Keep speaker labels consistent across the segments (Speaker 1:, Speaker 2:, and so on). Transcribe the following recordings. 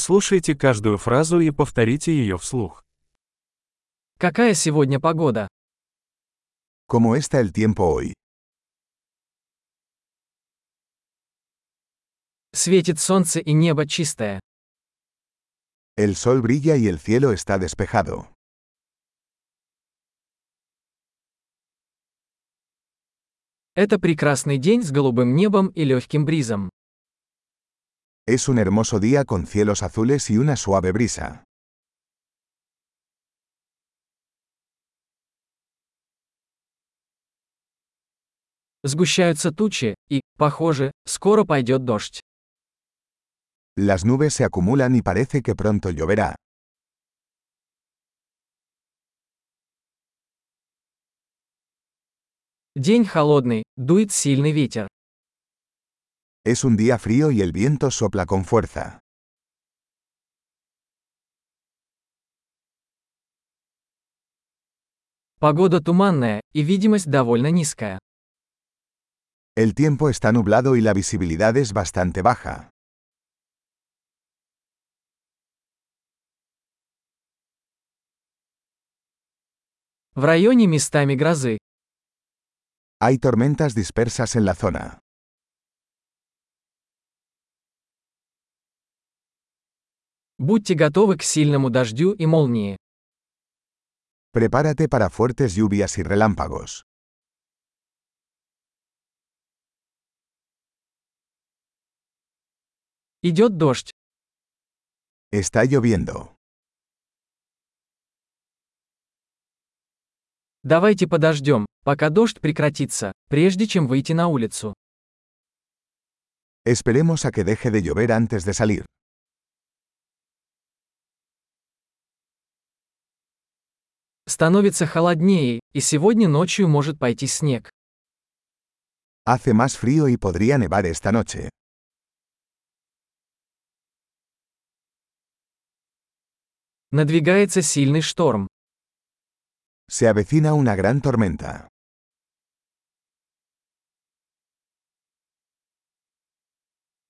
Speaker 1: Прослушайте каждую фразу и повторите ее вслух.
Speaker 2: Какая сегодня погода?
Speaker 3: ¿Cómo está el tiempo hoy?
Speaker 2: Светит солнце и небо чистое.
Speaker 3: El sol brilla y el cielo está despejado.
Speaker 2: Это прекрасный день с голубым небом и легким бризом.
Speaker 3: Es un hermoso día con cielos azules y una suave brisa.
Speaker 2: Сгущаются тучи, и, похоже, скоро пойдет дождь.
Speaker 3: Las nubes se acumulan y parece que pronto lloverá.
Speaker 2: День холодный, дует сильный ветер.
Speaker 3: Es un día frío y el viento sopla con fuerza.
Speaker 2: Погода туманная, и видимость довольно низкая.
Speaker 3: El tiempo está nublado y la visibilidad es bastante baja.
Speaker 2: В районе местами грозы.
Speaker 3: Hay tormentas dispersas en la zona.
Speaker 2: Будьте готовы к сильному дождю и молнии.
Speaker 3: Prepárate para fuertes lluvias y relámpagos.
Speaker 2: Идет дождь.
Speaker 3: Está lloviendo.
Speaker 2: Давайте подождем, пока дождь прекратится, прежде чем выйти на улицу.
Speaker 3: Esperemos a que deje de llover antes de salir.
Speaker 2: Становится холоднее, и сегодня ночью может пойти снег.
Speaker 3: Hace más frío y podría nevar esta noche.
Speaker 2: Надвигается сильный шторм.
Speaker 3: Se avecina una gran tormenta.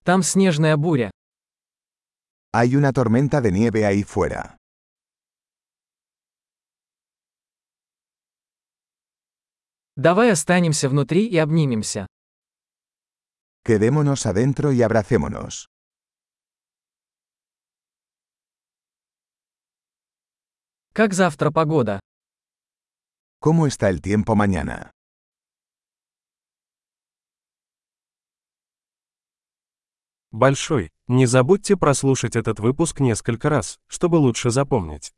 Speaker 2: Там снежная буря.
Speaker 3: Hay una tormenta de nieve ahí fuera.
Speaker 2: Давай останемся внутри и обнимемся.
Speaker 3: Quedémonos adentro y abracémonos.
Speaker 2: Как завтра погода?
Speaker 3: ¿Cómo está el tiempo mañana?
Speaker 1: Большой. Не забудьте прослушать этот выпуск несколько раз, чтобы лучше запомнить.